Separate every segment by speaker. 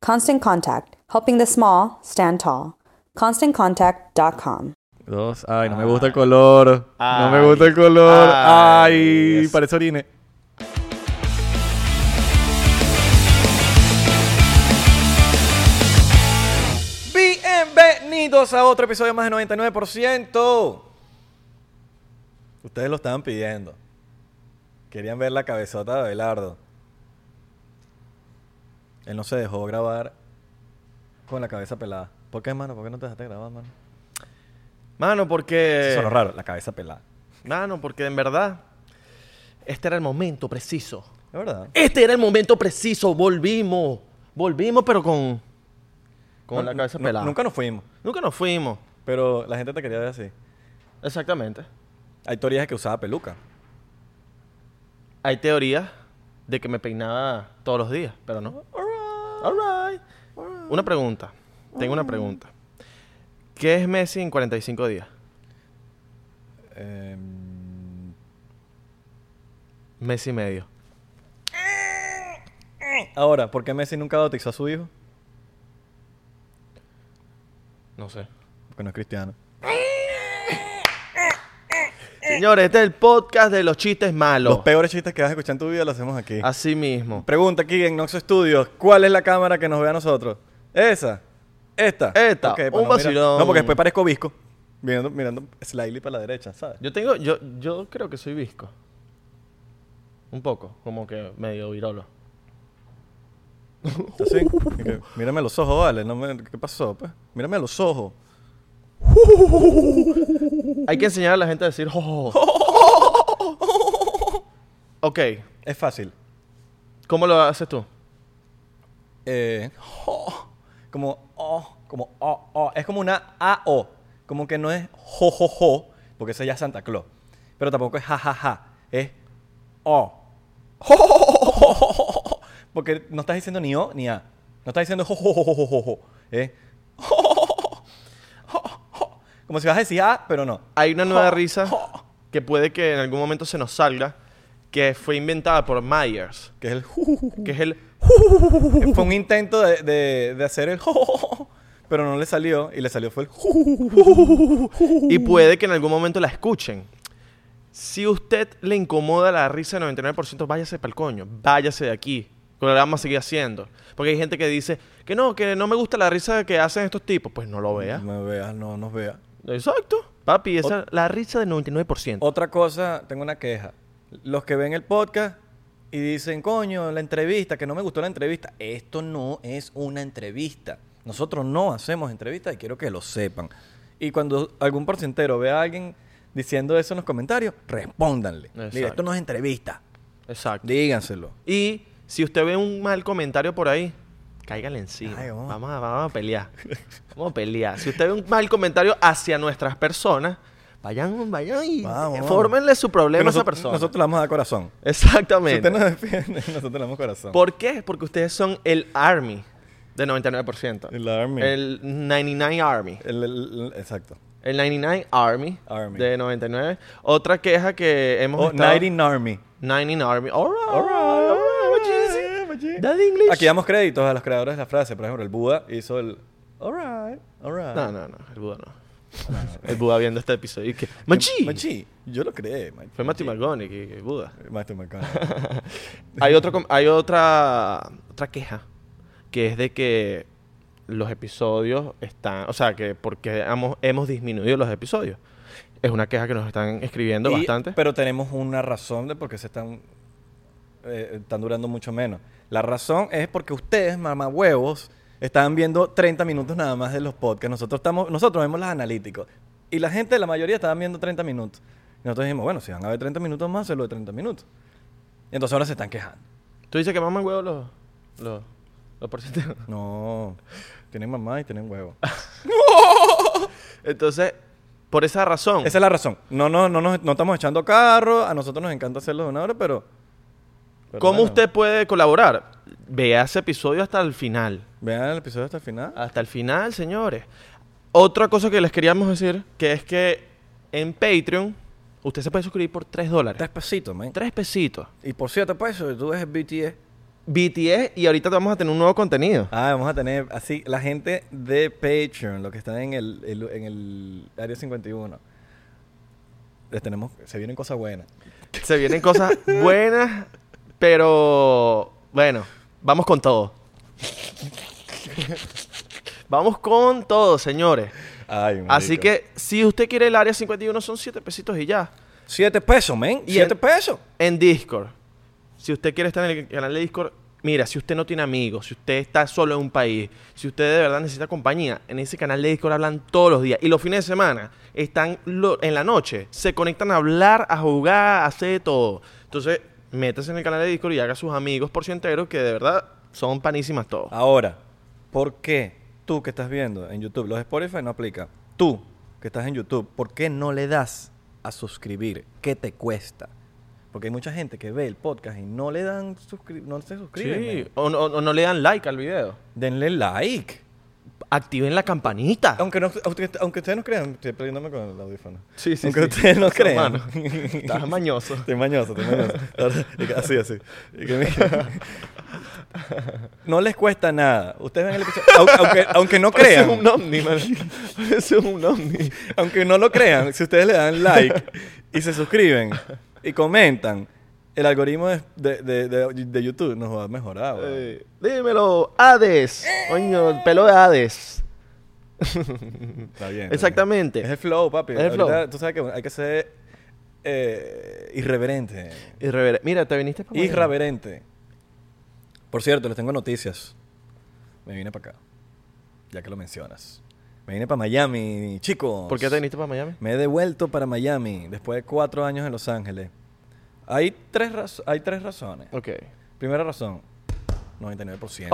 Speaker 1: Constant Contact, helping the small stand tall. ConstantContact.com.
Speaker 2: Dos. Ay, no me gusta el color. no me
Speaker 3: Ah. Ay.
Speaker 2: gusta el color. Ay,
Speaker 3: Ay, Dios.
Speaker 2: parece orine. Bienvenidos a otro episodio más de 99%. Ustedes lo estaban pidiendo. Querían ver la cabezota de Abelardo. Él no se dejó grabar con la cabeza pelada. ¿Por qué, mano? ¿Por qué no te dejaste grabar, mano?
Speaker 3: Mano, porque.
Speaker 2: Eso sonó raro, la cabeza pelada.
Speaker 3: Mano, porque en verdad. Este era el momento preciso.
Speaker 2: Es verdad.
Speaker 3: Este era el momento preciso. Volvimos. Volvimos, pero con. Con
Speaker 2: No,
Speaker 3: la cabeza
Speaker 2: nu-
Speaker 3: pelada.
Speaker 2: Nunca nos fuimos,
Speaker 3: Nunca nos fuimos.
Speaker 2: pero la gente te quería ver así.
Speaker 3: Exactamente.
Speaker 2: Hay teorías de que usaba peluca.
Speaker 3: Hay teorías de que me peinaba todos los días, pero no. Alright. Una pregunta. Tengo una pregunta. ¿Qué es Messi en 45 días?
Speaker 2: Em,
Speaker 3: Messi y medio.
Speaker 2: ahora, ¿por qué Messi nunca bautizó a su hijo?
Speaker 3: No sé.
Speaker 2: Porque no es cristiano.
Speaker 3: Señores, este es el podcast de los chistes malos.
Speaker 2: Los peores chistes que vas a escuchar en tu vida los hacemos aquí.
Speaker 3: Así mismo.
Speaker 2: Pregunta aquí en Noxo Studios, ¿cuál es la cámara que nos ve a nosotros? ¿Esa? ¿Esta?
Speaker 3: Esta,
Speaker 2: Ok, para
Speaker 3: un
Speaker 2: no mirar-
Speaker 3: vacilón.
Speaker 2: No, porque después parezco visco. Mirando, mirando slightly para la derecha, ¿sabes?
Speaker 3: Yo tengo, yo, yo creo que soy visco. Un poco, como que medio virolo.
Speaker 2: Así. Y que, Mírame los ojos, vale. no me- ¿Qué pasó? Pues? Mírame los ojos.
Speaker 3: Hay que enseñar a la gente a decir "Oh, "Jo, jo, jo". oh, Ok,
Speaker 2: Es fácil.
Speaker 3: ¿cómo lo haces tú?
Speaker 2: eh, como oh, como oh, oh. Es como una AO. Como que no es jo, jo, jo, porque eso ya es Santa Claus. Pero tampoco es jajaja. Es o. Jo, jo, jo, jo, jo, jo, jo, jo. Porque no estás diciendo ni o ni a. No estás diciendo jo, jo, jo, jo, jo, jo, jo. Es jo, jo, jo, jo, jo, jo, jo. Como si vas a decir A, pero no.
Speaker 3: Hay una nueva risa que puede que en algún momento se nos salga, que fue inventada por Myers,
Speaker 2: Que es el ju, ju, ju, ju.
Speaker 3: que es el
Speaker 2: Fue un intento de, de- de hacer el jo, jo, jo, jo, pero no le salió. Y le salió fue el ju, ju, ju.
Speaker 3: y puede que en algún momento la escuchen. Si usted le incomoda la risa del 99%, váyase para el coño, váyase de aquí. Con la vamos a seguir haciendo. Porque hay gente que dice que no, que no me gusta la risa que hacen estos tipos. Pues no lo vea.
Speaker 2: No me veas, no nos veas.
Speaker 3: Exacto. Papi, esa la risa del 99%.
Speaker 2: Otra cosa, tengo una queja. Los que ven el podcast y dicen, coño, la entrevista, que no me gustó la entrevista. Esto no es una entrevista. Nosotros no hacemos entrevistas y quiero que lo sepan. Y cuando algún porcentero ve a alguien diciendo eso en los comentarios, respóndanle. Diga,
Speaker 3: Exacto.
Speaker 2: esto no es entrevista.
Speaker 3: Exacto.
Speaker 2: Díganselo.
Speaker 3: Y si usted ve un mal comentario por ahí, cáigale encima.
Speaker 2: Ay, vamos.
Speaker 3: vamos, a, vamos a pelear. Vamos a pelear. Si usted ve un mal comentario hacia nuestras personas, vayan, vayan y
Speaker 2: Vamos, vamos.
Speaker 3: fórmenle su problema
Speaker 2: Pero
Speaker 3: a esa
Speaker 2: nosot-
Speaker 3: persona.
Speaker 2: Nosotros le vamos a dar corazón. Si
Speaker 3: Exactamente.
Speaker 2: usted nos defiende, nosotros le damos corazón.
Speaker 3: ¿Por qué? Porque ustedes son el Army de 99%.
Speaker 2: El Army.
Speaker 3: El 99 Army.
Speaker 2: El- el- el- exacto.
Speaker 3: El 99 Army,
Speaker 2: Army.
Speaker 3: de 99. Otra queja que hemos
Speaker 2: O
Speaker 3: estado-
Speaker 2: 19 Oh, Army.
Speaker 3: 99 Army. All right,
Speaker 2: All right, all right, what you say, what you-
Speaker 3: That English.
Speaker 2: Aquí damos créditos a los creadores de la frase. Por ejemplo, el Buda hizo el. Alright, alright.
Speaker 3: No, no, no. El Buda no. el Buda viendo este episodio y que... ¡Machi!
Speaker 2: Machi. Yo lo creé. Ma-
Speaker 3: Fue Matthew
Speaker 2: Machi.
Speaker 3: McGonagall que que Buda.
Speaker 2: Matthew McConaughey.
Speaker 3: hay otro com- hay otra otra queja que es de que los episodios están, o sea, que porque hemos, hemos disminuido los episodios. Es una queja que nos están escribiendo
Speaker 2: Y-
Speaker 3: bastante.
Speaker 2: Pero tenemos una razón de por qué se están. eh, están durando mucho menos. La razón es porque ustedes, mamahuevos, estaban viendo 30 minutos nada más de los podcasts. Nosotros estamos, nosotros vemos las analíticos. Y la gente, la mayoría, estaban viendo 30 minutos. Y nosotros dijimos, bueno, si van a ver 30 minutos más, se lo de 30 minutos. Y entonces ahora se están quejando.
Speaker 3: Tú dices que maman huevo los los los porcenteros.
Speaker 2: No, tienen mamá y tienen huevo.
Speaker 3: Entonces, por esa razón,
Speaker 2: Esa es la razón. No, no, no, nos, no estamos echando carro. A nosotros nos encanta hacerlo de una hora, pero. pero
Speaker 3: ¿cómo
Speaker 2: bueno,
Speaker 3: usted puede colaborar? Vea ese episodio hasta el final.
Speaker 2: Vean el episodio hasta el final.
Speaker 3: Hasta el final, señores. Otra cosa que les queríamos decir, que es que en Patreon usted se puede suscribir por 3 dólares.
Speaker 2: Tres pesitos, man.
Speaker 3: Tres pesitos.
Speaker 2: Y por siete pesos, tú ves el BTS.
Speaker 3: BTS y ahorita vamos a tener un nuevo contenido.
Speaker 2: Ah, vamos a tener así la gente de Patreon, los que están en el, el- en el área 51. Les tenemos, se vienen cosas buenas.
Speaker 3: Se vienen cosas buenas, pero bueno, vamos con todo. Vamos con todo, señores.
Speaker 2: Ay,
Speaker 3: Así
Speaker 2: marico.
Speaker 3: que si usted quiere el área 51 son 7 pesitos y ya.
Speaker 2: Siete pesos, men.
Speaker 3: Y
Speaker 2: Siete
Speaker 3: el-
Speaker 2: pesos.
Speaker 3: En Discord. Si usted quiere estar en el canal de Discord, mira, si usted no tiene amigos, si usted está solo en un país, si usted de verdad necesita compañía, en ese canal de Discord hablan todos los días. Y los fines de semana están lo- en la noche, se conectan a hablar, a jugar, a hacer de todo. Entonces, métase en el canal de Discord y haga sus amigos por cienteros que de verdad son panísimas todos.
Speaker 2: Ahora, ¿por qué tú que estás viendo en YouTube, los de Spotify no aplica? Tú que estás en YouTube, ¿por qué no le das a suscribir? ¿Qué te cuesta? Porque hay mucha gente que ve el podcast y no le dan suscri- no se suscriben.
Speaker 3: Sí,
Speaker 2: men.
Speaker 3: o no, o no le dan like al video.
Speaker 2: Denle like.
Speaker 3: Activen la campanita.
Speaker 2: Aunque, no, aunque, aunque ustedes no crean, estoy prendiéndome con el audífono.
Speaker 3: Sí, sí,
Speaker 2: Aunque
Speaker 3: sí.
Speaker 2: ustedes no
Speaker 3: Esa
Speaker 2: crean.
Speaker 3: mano. Estás mañoso.
Speaker 2: Estoy mañoso, estoy mañoso. Ahora, y que- Así, así. Y que mira. No les cuesta nada. Ustedes ven el episodio. Aunque, aunque- aunque no
Speaker 3: Parece
Speaker 2: crean.
Speaker 3: un ovni, man. Parece un ovni.
Speaker 2: Aunque no lo crean, si ustedes le dan like y se suscriben y comentan, el algoritmo de, de- de- de- de YouTube nos va a mejorar. weón.
Speaker 3: Eh, dímelo, Hades. Coño, el pelo de Hades.
Speaker 2: Está bien, está bien.
Speaker 3: Exactamente.
Speaker 2: Es el flow, papi.
Speaker 3: Es el
Speaker 2: Ahorita
Speaker 3: flow.
Speaker 2: Tú sabes que hay que ser eh, irreverente.
Speaker 3: Irrever- Mira, te viniste para
Speaker 2: Irreverente. Por cierto, les tengo noticias. Me vine para acá. Ya que lo mencionas. Me vine para Miami, chicos.
Speaker 3: ¿Por qué te viniste para Miami?
Speaker 2: Me he devuelto para Miami después de cuatro años en Los Ángeles. Hay tres, raz- hay tres razones.
Speaker 3: Ok.
Speaker 2: Primera razón, 99%.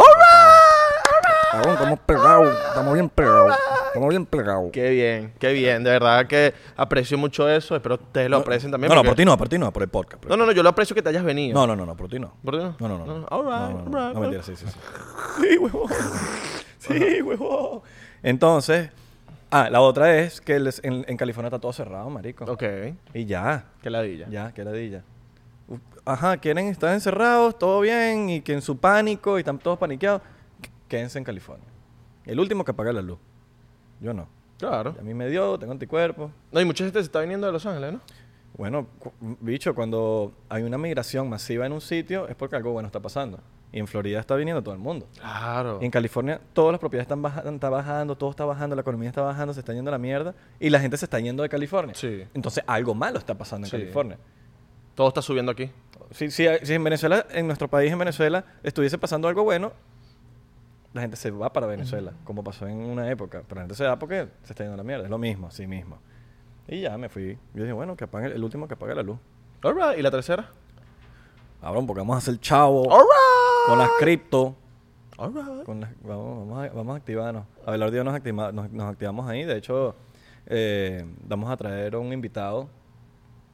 Speaker 2: Cabrón, estamos pegados, estamos bien pegados, estamos bien pegados.
Speaker 3: Qué bien, qué bien. De verdad que aprecio mucho eso. Espero ustedes lo aprecien también.
Speaker 2: No, no,
Speaker 3: porque-
Speaker 2: por ti no, por ti no, por el podcast. por
Speaker 3: No,
Speaker 2: el-
Speaker 3: no, no, yo lo aprecio que te hayas venido.
Speaker 2: no, no, no, no, por ti no.
Speaker 3: ¿Por qué no?
Speaker 2: No, no, no.
Speaker 3: No, all right,
Speaker 2: No, no, no.
Speaker 3: all right.
Speaker 2: No, mentira, sí, sí, sí. Sí, huevón. Sí, huevón. Entonces, ah, la otra es que les- en, en California está todo cerrado, marico.
Speaker 3: Ok.
Speaker 2: Y ya.
Speaker 3: Qué ladilla.
Speaker 2: Ya, qué ladilla. U- Ajá, quieren estar encerrados, todo bien, y que en su pánico, y están todos paniqueados, qu- quédense en California. El último que apaga la luz. Yo no.
Speaker 3: Claro.
Speaker 2: A mí me dio, tengo anticuerpos.
Speaker 3: No, y mucha gente se está viniendo de Los Ángeles, ¿no?
Speaker 2: Bueno, cu- bicho, cuando hay una migración masiva en un sitio es porque algo bueno está pasando. Y en Florida está viniendo todo el mundo.
Speaker 3: Claro.
Speaker 2: Y en California todas las propiedades están baja- está bajando, todo está bajando, la economía está bajando, se está yendo a la mierda y la gente se está yendo de California.
Speaker 3: Sí.
Speaker 2: Entonces algo malo está pasando en
Speaker 3: Sí.
Speaker 2: California.
Speaker 3: Todo está subiendo aquí.
Speaker 2: Si, si- si en Venezuela, en nuestro país, en Venezuela, estuviese pasando algo bueno, la gente se va para Venezuela, como pasó en una época. Pero la gente se va porque se está yendo a la mierda. Es lo mismo, así mismo. Y ya me fui. Yo dije, bueno, que apague el último que apague la luz.
Speaker 3: All right. ¿Y la tercera?
Speaker 2: Cabrón, porque vamos a hacer chavo
Speaker 3: All right.
Speaker 2: con las cripto.
Speaker 3: Alright.
Speaker 2: Con las- vamos, vamos, a, vamos a activarnos. Abelardo y yo nos, actima- nos, nos activamos ahí. De hecho, eh, vamos a traer a un invitado.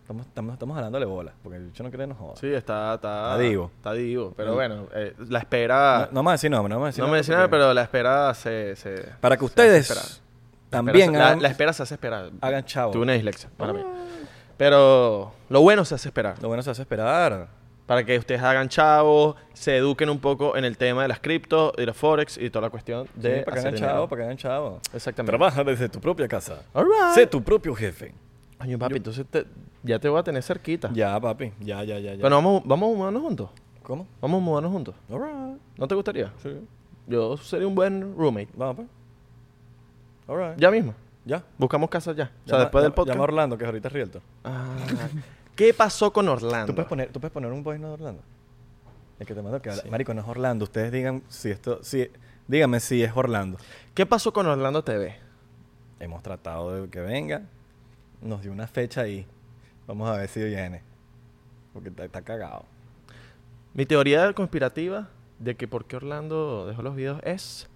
Speaker 2: Estamos, estamos, estamos jalándole bola, porque el bicho no quiere que nos joda.
Speaker 3: Sí, está, está.
Speaker 2: Está divo.
Speaker 3: Está divo. Pero
Speaker 2: Mm.
Speaker 3: bueno, eh, la
Speaker 2: No,
Speaker 3: espera.
Speaker 2: no vamos a decir nombre, no vamos a decir
Speaker 3: no me decían,
Speaker 2: porque-
Speaker 3: pero la espera se. se
Speaker 2: Para que
Speaker 3: se hace
Speaker 2: ustedes
Speaker 3: esperar. Espera,
Speaker 2: también
Speaker 3: se- la,
Speaker 2: hagan,
Speaker 3: la espera se hace esperar.
Speaker 2: hagan chavo. Ah.
Speaker 3: Tuve una dislexia para mí. Pero lo bueno se hace esperar.
Speaker 2: Lo bueno se hace esperar.
Speaker 3: Para que ustedes hagan chavos, se eduquen un poco en el tema de las cripto, de los forex y toda la cuestión de.
Speaker 2: Sí, para que
Speaker 3: hacer
Speaker 2: hagan
Speaker 3: dinero.
Speaker 2: chavo, para que hagan chavo.
Speaker 3: Exactamente.
Speaker 2: Trabaja desde tu propia casa.
Speaker 3: All right.
Speaker 2: Sé tu propio jefe.
Speaker 3: Coño, papi, entonces te- ya te voy a tener cerquita.
Speaker 2: Ya, papi. Ya, ya, ya. ya.
Speaker 3: Pero vamos, vamos a mudarnos juntos.
Speaker 2: ¿Cómo?
Speaker 3: Vamos a mudarnos juntos.
Speaker 2: All right.
Speaker 3: ¿No te gustaría?
Speaker 2: Sí.
Speaker 3: Yo sería un buen roommate.
Speaker 2: Vamos, pues. All right.
Speaker 3: Ya mismo.
Speaker 2: Ya.
Speaker 3: Buscamos casa ya. O sea,
Speaker 2: Llama-
Speaker 3: después del
Speaker 2: llama-
Speaker 3: podcast.
Speaker 2: Llama a Orlando, que ahorita es Rielto.
Speaker 3: Ah, ¿Qué pasó con Orlando?
Speaker 2: ¿Tú puedes, poner, tú puedes poner un voice note de Orlando. El que te mando que habla- Marico, no es Orlando. Ustedes digan si esto. Si, díganme si es Orlando.
Speaker 3: ¿Qué pasó con Orlando TV?
Speaker 2: Hemos tratado de que venga. Nos dio una fecha ahí. Vamos a ver si viene. Porque está, está cagado.
Speaker 3: Mi teoría conspirativa de que por qué Orlando dejó los videos es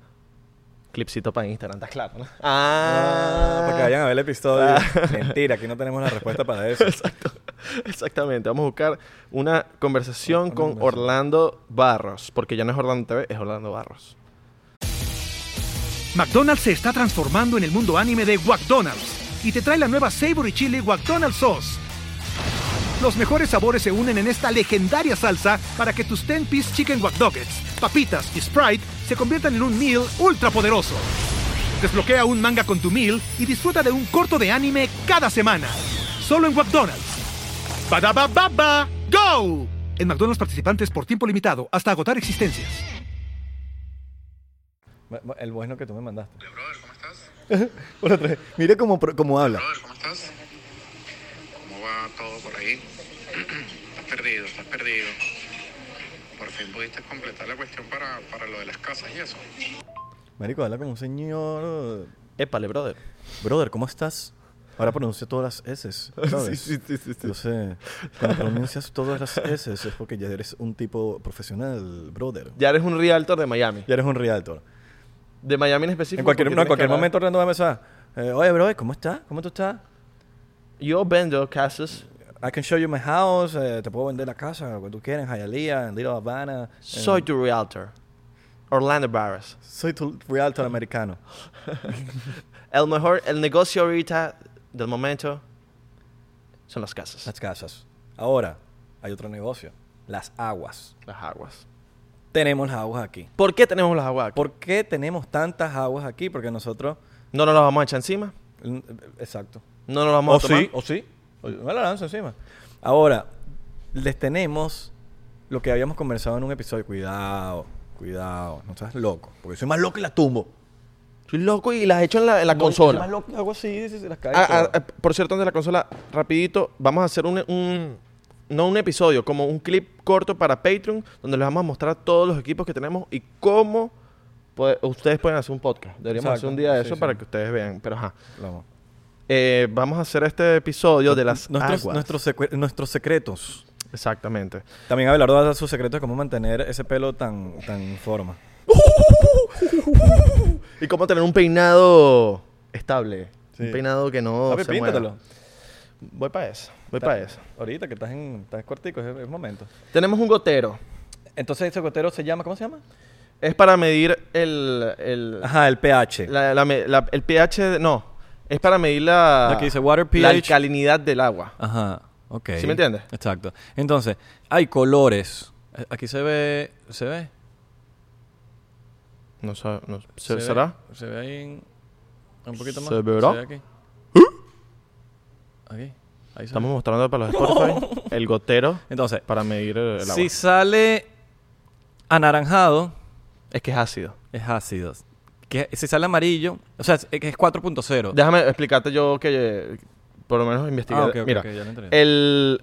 Speaker 3: clipsito para Instagram, está claro, ¿no? Ah,
Speaker 2: para que vayan a ver el episodio. Ah. Mentira, aquí no tenemos la respuesta para eso.
Speaker 3: Exacto. Exactamente, vamos a buscar una conversación
Speaker 2: Una
Speaker 3: con
Speaker 2: conversación.
Speaker 3: Orlando Barros, porque ya no es Orlando TV, es Orlando Barros.
Speaker 4: McDonald's se está transformando en el mundo anime de McDonald's y te trae la nueva Savory Chili McDonald's Sauce. Los mejores sabores se unen en esta legendaria salsa para que tus 10-piece chicken wack doggets, papitas y Sprite se conviertan en un meal ultra poderoso. Desbloquea un manga con tu meal y disfruta de un corto de anime cada semana. Solo en McDonald's. ba baba go! En McDonald's participantes por tiempo limitado hasta agotar existencias.
Speaker 2: Ma- ma- El bueno que tú me mandaste. Hola, brother, ¿cómo estás? Mire cómo, pro- cómo habla.
Speaker 5: Brother, ¿cómo estás? ¿Cómo va todo por ahí? estás perdido, estás perdido. Por fin pudiste completar la cuestión para, para lo de las casas y eso.
Speaker 2: Marico, habla como un señor.
Speaker 3: Épale, brother.
Speaker 2: Brother, ¿cómo estás? Ahora pronuncio todas las S. ¿sabes?
Speaker 3: Sí, sí, sí, sí, sí.
Speaker 2: Yo sé. Cuando pronuncias todas las S es porque ya eres un tipo profesional, brother.
Speaker 3: Ya eres un realtor de Miami.
Speaker 2: Ya eres un realtor.
Speaker 3: De Miami en específico.
Speaker 2: En cualquier,
Speaker 3: pues, porque
Speaker 2: no, en
Speaker 3: tienes
Speaker 2: cualquier
Speaker 3: que hablar-
Speaker 2: momento Orlando va a empezar. eh, Oye, brother, ¿cómo estás? ¿Cómo tú estás?
Speaker 3: Yo vendo casas
Speaker 2: I can show you my house. eh, te puedo vender la casa cuando tú quieras en Hialeah, en Little Havana. en-
Speaker 3: Soy tu realtor. Orlando Barras.
Speaker 2: soy tu realtor americano.
Speaker 3: El mejor, el negocio ahorita del momento son las casas.
Speaker 2: Las casas. Ahora, hay otro negocio. Las aguas.
Speaker 3: Las aguas.
Speaker 2: Tenemos las aguas aquí.
Speaker 3: ¿Por qué tenemos las aguas?
Speaker 2: ¿Por qué tenemos tantas aguas aquí? Porque nosotros...
Speaker 3: ¿No nos las vamos a echar encima?
Speaker 2: mm, Exacto.
Speaker 3: ¿No nos las vamos a tomar?
Speaker 2: o Oh, sí. O- Me la lanzo encima. Ahora, les tenemos lo que habíamos conversado en un episodio. Cuidado, cuidado. No seas loco. Porque soy más loco y la tumbo.
Speaker 3: Soy loco y las echo en la, en la
Speaker 2: No, soy
Speaker 3: consola.
Speaker 2: más loco y hago así, dices, se las cae.
Speaker 3: Ah, ah,
Speaker 2: pero-
Speaker 3: ah, por cierto, antes de la consola, rapidito, vamos a hacer un, un- No un episodio, como un clip corto para Patreon, donde les vamos a mostrar todos los equipos que tenemos y cómo puede- ustedes pueden hacer un podcast. Deberíamos
Speaker 2: Exacto.
Speaker 3: hacer un día de
Speaker 2: Sí,
Speaker 3: eso
Speaker 2: sí.
Speaker 3: para que ustedes vean. Pero ajá.
Speaker 2: Vamos.
Speaker 3: Eh, vamos a hacer este episodio de las
Speaker 2: nuestros,
Speaker 3: aguas.
Speaker 2: nuestros secue- nuestros secretos.
Speaker 3: Exactamente.
Speaker 2: También Abelardo va a dar sus secretos de cómo mantener ese pelo tan, tan en forma.
Speaker 3: Y cómo tener un peinado estable.
Speaker 2: Sí.
Speaker 3: Un peinado que no
Speaker 2: Papi,
Speaker 3: Oh, se mueva.
Speaker 2: píntatelo.
Speaker 3: Voy para eso. Voy para eso.
Speaker 2: Ahorita que estás en, estás cortico, es el momento.
Speaker 3: Tenemos un gotero.
Speaker 2: Entonces ese gotero se llama, ¿cómo se llama?
Speaker 3: Es para medir el... el
Speaker 2: Ajá, el pH.
Speaker 3: La- la me- la- el pH, de- no, es para medir la,
Speaker 2: La que dice water pH.
Speaker 3: la alcalinidad del agua.
Speaker 2: Ajá, ok.
Speaker 3: ¿Sí me entiendes?
Speaker 2: Exacto. Entonces, hay colores. Eh, Aquí se ve, ¿se ve?
Speaker 3: No sé, no sé.
Speaker 2: ve-
Speaker 3: ¿será?
Speaker 2: se ve ahí en- un poquito más.
Speaker 3: ¿Se verá? ¿Eh?
Speaker 2: ve aquí. Aquí. Ahí se ve.
Speaker 3: Estamos mostrando para los Spotify el gotero
Speaker 2: Entonces,
Speaker 3: para medir el, el agua.
Speaker 2: si sale anaranjado,
Speaker 3: Es que es ácido.
Speaker 2: es ácido. Que, si sale amarillo, o sea, es, que es 4.0.
Speaker 3: Déjame explicarte yo que eh, por lo menos investigué.
Speaker 2: Ah, ok, ok,
Speaker 3: Mira,
Speaker 2: ok, ya lo entendí.
Speaker 3: el,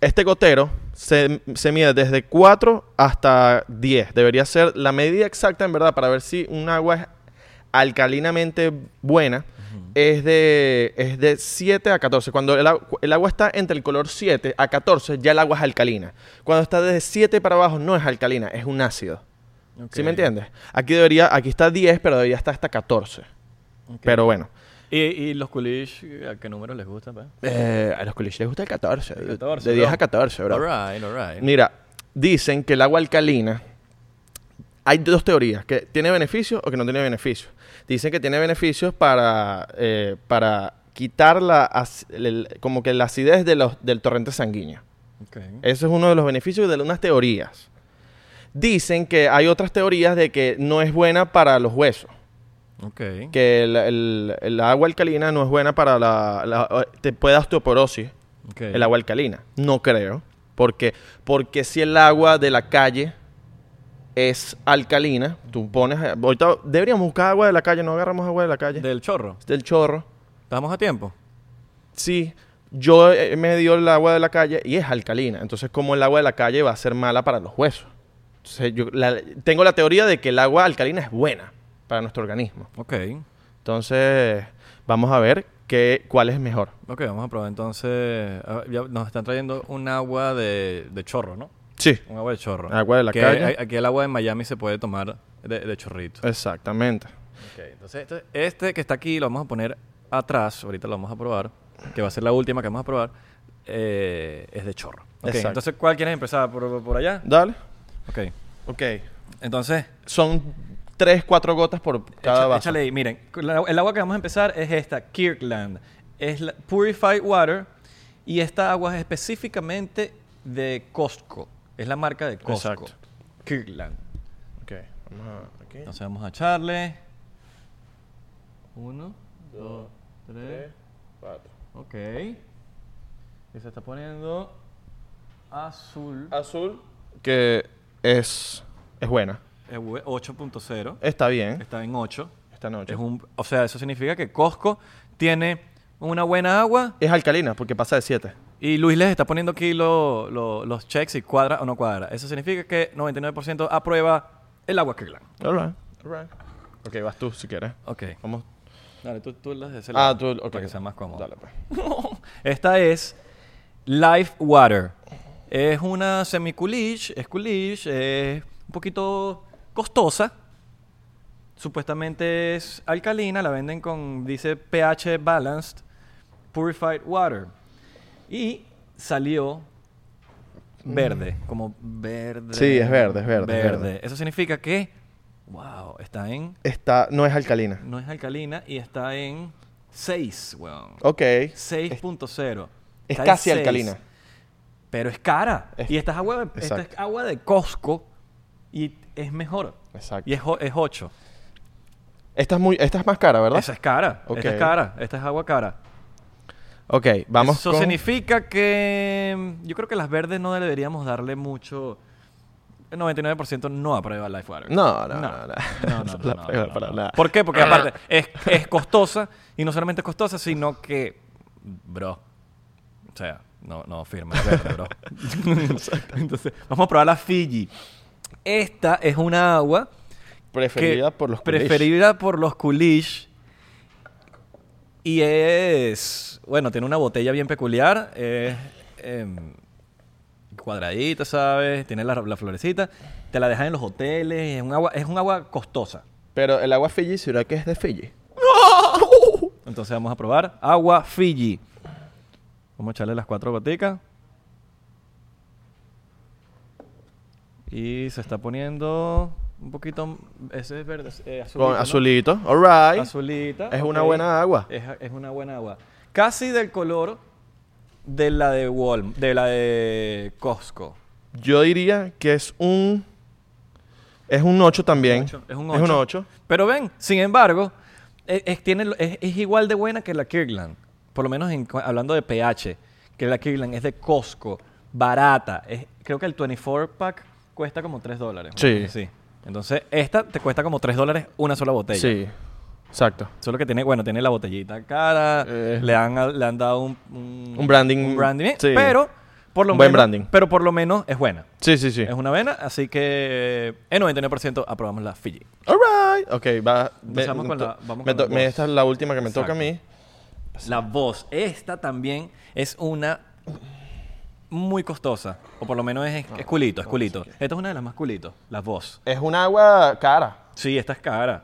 Speaker 3: este gotero se, se mide desde 4 hasta 10. Debería ser la medida exacta, en verdad, para ver si un agua es alcalinamente buena. Es de, es de 7 a 14. Cuando el, agu- el agua está entre el color 7 a 14, ya el agua es alcalina. Cuando está desde 7 para abajo, no es alcalina, es un ácido.
Speaker 2: Ok.
Speaker 3: ¿Sí me entiendes? Aquí debería, aquí está 10, pero debería estar hasta 14.
Speaker 2: Ok.
Speaker 3: Pero bueno.
Speaker 2: ¿Y, y los coolish, ¿a qué número les gusta? pues? pa?
Speaker 3: Eh, a los colegios les gusta el 14. de-
Speaker 2: 14,
Speaker 3: de 10
Speaker 2: bro.
Speaker 3: a 14, bro.
Speaker 2: Alright, alright.
Speaker 3: Mira, dicen que el agua alcalina. Hay dos teorías, que tiene beneficios o que no tiene beneficios. Dicen que tiene beneficios para, eh, para quitar la, ac- el- como que la acidez de los, del torrente sanguíneo.
Speaker 2: Ok.
Speaker 3: Ese es uno de los beneficios de unas teorías. Dicen que hay otras teorías de que no es buena para los huesos.
Speaker 2: Ok.
Speaker 3: Que el, el- el agua alcalina no es buena para la... la- te puede dar osteoporosis
Speaker 2: Ok.
Speaker 3: el agua alcalina. No creo. Porque, porque si el agua de la calle es alcalina, tú pones... Ahorita deberíamos buscar agua de la calle, no agarramos agua de la calle.
Speaker 2: Del chorro.
Speaker 3: Del chorro.
Speaker 2: ¿Estamos a tiempo?
Speaker 3: Sí, yo eh, me dio el agua de la calle y es alcalina. Entonces, ¿cómo el agua de la calle va a ser mala para los huesos? Entonces, yo la- tengo la teoría de que el agua alcalina es buena para nuestro organismo.
Speaker 2: Ok.
Speaker 3: Entonces, vamos a ver qué, cuál es mejor.
Speaker 2: Ok, vamos a probar entonces. a ver, ya nos están trayendo un agua de, de chorro, ¿no?
Speaker 3: Sí.
Speaker 2: Un agua de chorro.
Speaker 3: Agua de la
Speaker 2: Que
Speaker 3: calle. Eh.
Speaker 2: a- Aquí el agua de Miami se puede tomar de, de chorrito.
Speaker 3: Exactamente.
Speaker 2: Ok, entonces este, este que está aquí lo vamos a poner atrás, ahorita lo vamos a probar, que va a ser la última que vamos a probar, eh, es de chorro. Ok,
Speaker 3: Exacto.
Speaker 2: entonces ¿cuál quieres empezar? ¿Por, por allá?
Speaker 3: Dale.
Speaker 2: Ok,
Speaker 3: Ok.
Speaker 2: entonces
Speaker 3: Son tres, cuatro gotas por cada
Speaker 2: echa-
Speaker 3: vaso.
Speaker 2: échale ahí, miren, la- el agua que vamos a empezar es esta, Kirkland, es la Purified Water y esta agua es específicamente de Costco, es la marca de Costco,
Speaker 3: Exacto.
Speaker 2: Kirkland.
Speaker 3: Ok. Vamos a- aquí.
Speaker 2: Entonces vamos a echarle. Uno, dos, tres,
Speaker 3: Cuatro.
Speaker 2: Ok. Y se está poniendo azul.
Speaker 3: Azul. Que es, es buena.
Speaker 2: Eh, we- 8.0.
Speaker 3: Está bien.
Speaker 2: Está en 8.
Speaker 3: Esta noche.
Speaker 2: Es un, o sea, eso significa que Costco tiene una buena agua
Speaker 3: Es alcalina porque pasa de 7.
Speaker 2: y Luis les está poniendo aquí lo- lo- los checks y cuadra o no cuadra. Eso significa que 99% aprueba el agua Kirkland.
Speaker 3: All right. All right. Ok, vas tú si quieres.
Speaker 2: Ok.
Speaker 3: Vamos.
Speaker 2: Dale, tú, tú las de ese
Speaker 3: Ah,
Speaker 2: lado,
Speaker 3: tú. ok.
Speaker 2: Para que sea más cómodo.
Speaker 3: Dale, pues.
Speaker 2: Esta es Life Water. Es una semiculish, es culish, es un poquito costosa. Supuestamente es alcalina, la venden con, dice pH Balanced Purified Water. Y salió verde, como verde.
Speaker 3: Mm. Sí, es verde, es verde, es verde.
Speaker 2: Eso significa que, wow, está en,
Speaker 3: Esta no es alcalina.
Speaker 2: no es alcalina y está en 6, weón.
Speaker 3: Ok.
Speaker 2: 6.0.
Speaker 3: Es
Speaker 2: Está en
Speaker 3: casi
Speaker 2: 6,
Speaker 3: alcalina.
Speaker 2: Pero es cara.
Speaker 3: Es-
Speaker 2: y esta es, agua, esta es
Speaker 3: Exacto.
Speaker 2: agua de Costco y es mejor.
Speaker 3: Exacto.
Speaker 2: Y es, jo- es 8.
Speaker 3: Esta es, muy, esta es más cara, ¿verdad?
Speaker 2: Esa es cara.
Speaker 3: Ok.
Speaker 2: Esta es cara. Esta es agua cara.
Speaker 3: Ok, vamos
Speaker 2: Eso
Speaker 3: con...
Speaker 2: significa que mm, yo creo que las verdes no deberíamos darle mucho. El 99% no aprueba Life Water.
Speaker 3: No, no,
Speaker 2: no,
Speaker 3: no.
Speaker 2: no, no,
Speaker 3: No, No
Speaker 2: no,
Speaker 3: la
Speaker 2: no,
Speaker 3: prueba
Speaker 2: no,
Speaker 3: para
Speaker 2: no.
Speaker 3: nada.
Speaker 2: ¿Por qué? Porque aparte es, es costosa y no solamente es costosa, sino que, bro, o sea, no, no firma el verde, bro. Entonces, vamos a probar la Fiji. Esta es una agua que-
Speaker 3: Preferida por los culish.
Speaker 2: preferida por los culish y es bueno tiene una botella bien peculiar eh, em, cuadradita sabes tiene la, la florecita te la dejan en los hoteles es un agua es un agua costosa
Speaker 3: Pero el agua Fiji, ¿será que es de Fiji?
Speaker 2: entonces vamos a probar agua Fiji vamos a echarle las cuatro goticas y se está poniendo un poquito ese es verde eh, azulito,
Speaker 3: Con
Speaker 2: ¿no?
Speaker 3: azulito. All right.
Speaker 2: Azulita.
Speaker 3: Es una
Speaker 2: ok.
Speaker 3: buena agua.
Speaker 2: Es, es una buena agua. Casi del color de la de Walm, de la de Costco.
Speaker 3: Yo diría que es un... Es un 8 también.
Speaker 2: Ocho, Es un 8.
Speaker 3: Es un 8.
Speaker 2: Pero ven, sin embargo, es, es- tiene, lo- es, es igual de buena que la Kirkland. Por lo menos en cu- hablando de pH, que la Kirkland es de Costco, barata. Es, creo que el 24-pack cuesta como 3 dólares.
Speaker 3: Sí.
Speaker 2: una cosa así. Entonces, esta te cuesta como 3 dólares una sola botella.
Speaker 3: Sí. Exacto.
Speaker 2: Solo que tiene, bueno, tiene la botellita cara,
Speaker 3: Eh.
Speaker 2: le, han, le han dado un, un,
Speaker 3: Un branding,
Speaker 2: branding,
Speaker 3: sí.
Speaker 2: pero por lo
Speaker 3: Un buen
Speaker 2: menos,
Speaker 3: branding.
Speaker 2: Pero por lo menos es buena.
Speaker 3: Sí, sí, sí.
Speaker 2: Es una vena, así que eh, en 99% aprobamos la Fiji.
Speaker 3: All right. Ok, va.
Speaker 2: Entonces vamos con la- vamos
Speaker 3: me
Speaker 2: con la
Speaker 3: to- me-
Speaker 2: voz.
Speaker 3: esta es la última que me toca a
Speaker 2: Exacto.
Speaker 3: mí.
Speaker 2: La voz, esta también es una muy costosa. O por lo menos es,
Speaker 3: Ah,
Speaker 2: es culito, es culito. Esta es una de las más culito, la voz.
Speaker 3: Es un agua cara.
Speaker 2: Sí, esta es cara.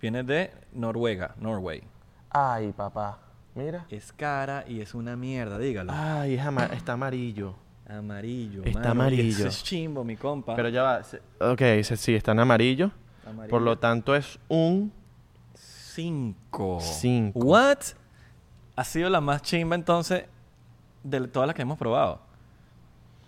Speaker 2: Viene de Noruega, Norway.
Speaker 3: Ay, papá. Mira.
Speaker 2: Es cara y es una mierda, dígalo.
Speaker 3: Ay, es ama- está amarillo.
Speaker 2: Amarillo.
Speaker 3: Ah. Está
Speaker 2: mano.
Speaker 3: amarillo.
Speaker 2: Ese es chimbo, mi compa.
Speaker 3: Pero ya va. se- Ok, dice, sí, está en amarillo.
Speaker 2: Amarillo.
Speaker 3: Por lo tanto, es un.
Speaker 2: Cinco.
Speaker 3: Cinco.
Speaker 2: What? Ha sido la más chimba entonces de todas las que hemos probado.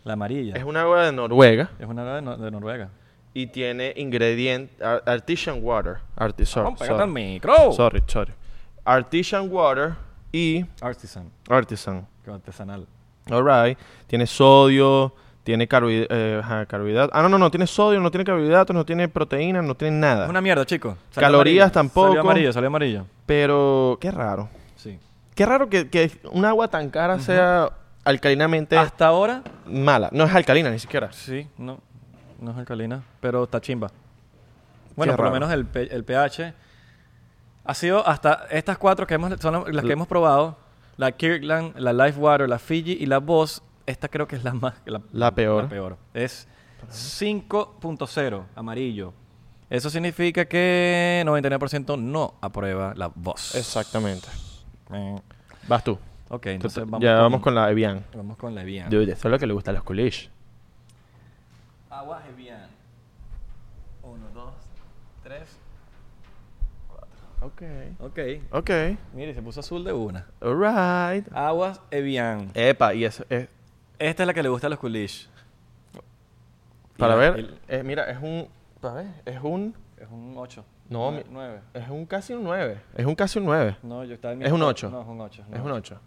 Speaker 2: La amarilla.
Speaker 3: Es un agua de Noruega
Speaker 2: Es una de, Nor- de Noruega.
Speaker 3: y tiene ingrediente. ar- artisan water. Arti- sorry,
Speaker 2: Vamos, pégate al
Speaker 3: sorry,
Speaker 2: micro.
Speaker 3: sorry, sorry. Oh. Artisan water y
Speaker 2: Artisan,
Speaker 3: artisan.
Speaker 2: que artesanal.
Speaker 3: Alright. Tiene sodio, tiene carbohidrato. ah, no, no, no. Tiene sodio, no tiene carbohidratos, no tiene proteínas, no tiene nada.
Speaker 2: Es una mierda, chicos.
Speaker 3: Calorías tampoco.
Speaker 2: Salió amarillo, salió amarillo.
Speaker 3: Pero qué raro.
Speaker 2: Sí.
Speaker 3: Qué raro que, que un agua tan cara sea alcalinamente
Speaker 2: Hasta ahora,
Speaker 3: mala. No es alcalina ni siquiera.
Speaker 2: sí, no. No es alcalina, pero está chimba. Bueno, por lo
Speaker 3: raro.
Speaker 2: menos el, P- el pH ha sido hasta estas cuatro que hemos, son las que hemos probado: la Kirkland, la Life Water, la Fiji y la Boss. Esta creo que es la más. La,
Speaker 3: La peor.
Speaker 2: la peor. Es 5.0 amarillo. Eso significa que 99% no aprueba la Boss.
Speaker 3: Exactamente.
Speaker 2: Eh,
Speaker 3: Vas tú.
Speaker 2: Ok, entonces vamos,
Speaker 3: ya vamos con la Evian.
Speaker 2: Vamos con la Evian.
Speaker 3: Dude, eso es lo que le gusta a los coolish.
Speaker 2: Agua Evian. Uno, dos, tres.
Speaker 3: Ok.
Speaker 2: Ok.
Speaker 3: Ok.
Speaker 2: Mire, se puso azul de una.
Speaker 3: Alright.
Speaker 2: Aguas Evian.
Speaker 3: Epa, y eso es.
Speaker 2: Esta es la que le gusta a los coolish.
Speaker 3: Para
Speaker 2: Mira,
Speaker 3: ver.
Speaker 2: el-
Speaker 3: eh, mira, es un. Para ver. Es un.
Speaker 2: Es un 8.
Speaker 3: No, mi-
Speaker 2: 9.
Speaker 3: Es un casi un 9. Es un casi un 9.
Speaker 2: No, yo estaba en mi-
Speaker 3: Es un ocho.
Speaker 2: No, es un 8.
Speaker 3: Es un 8.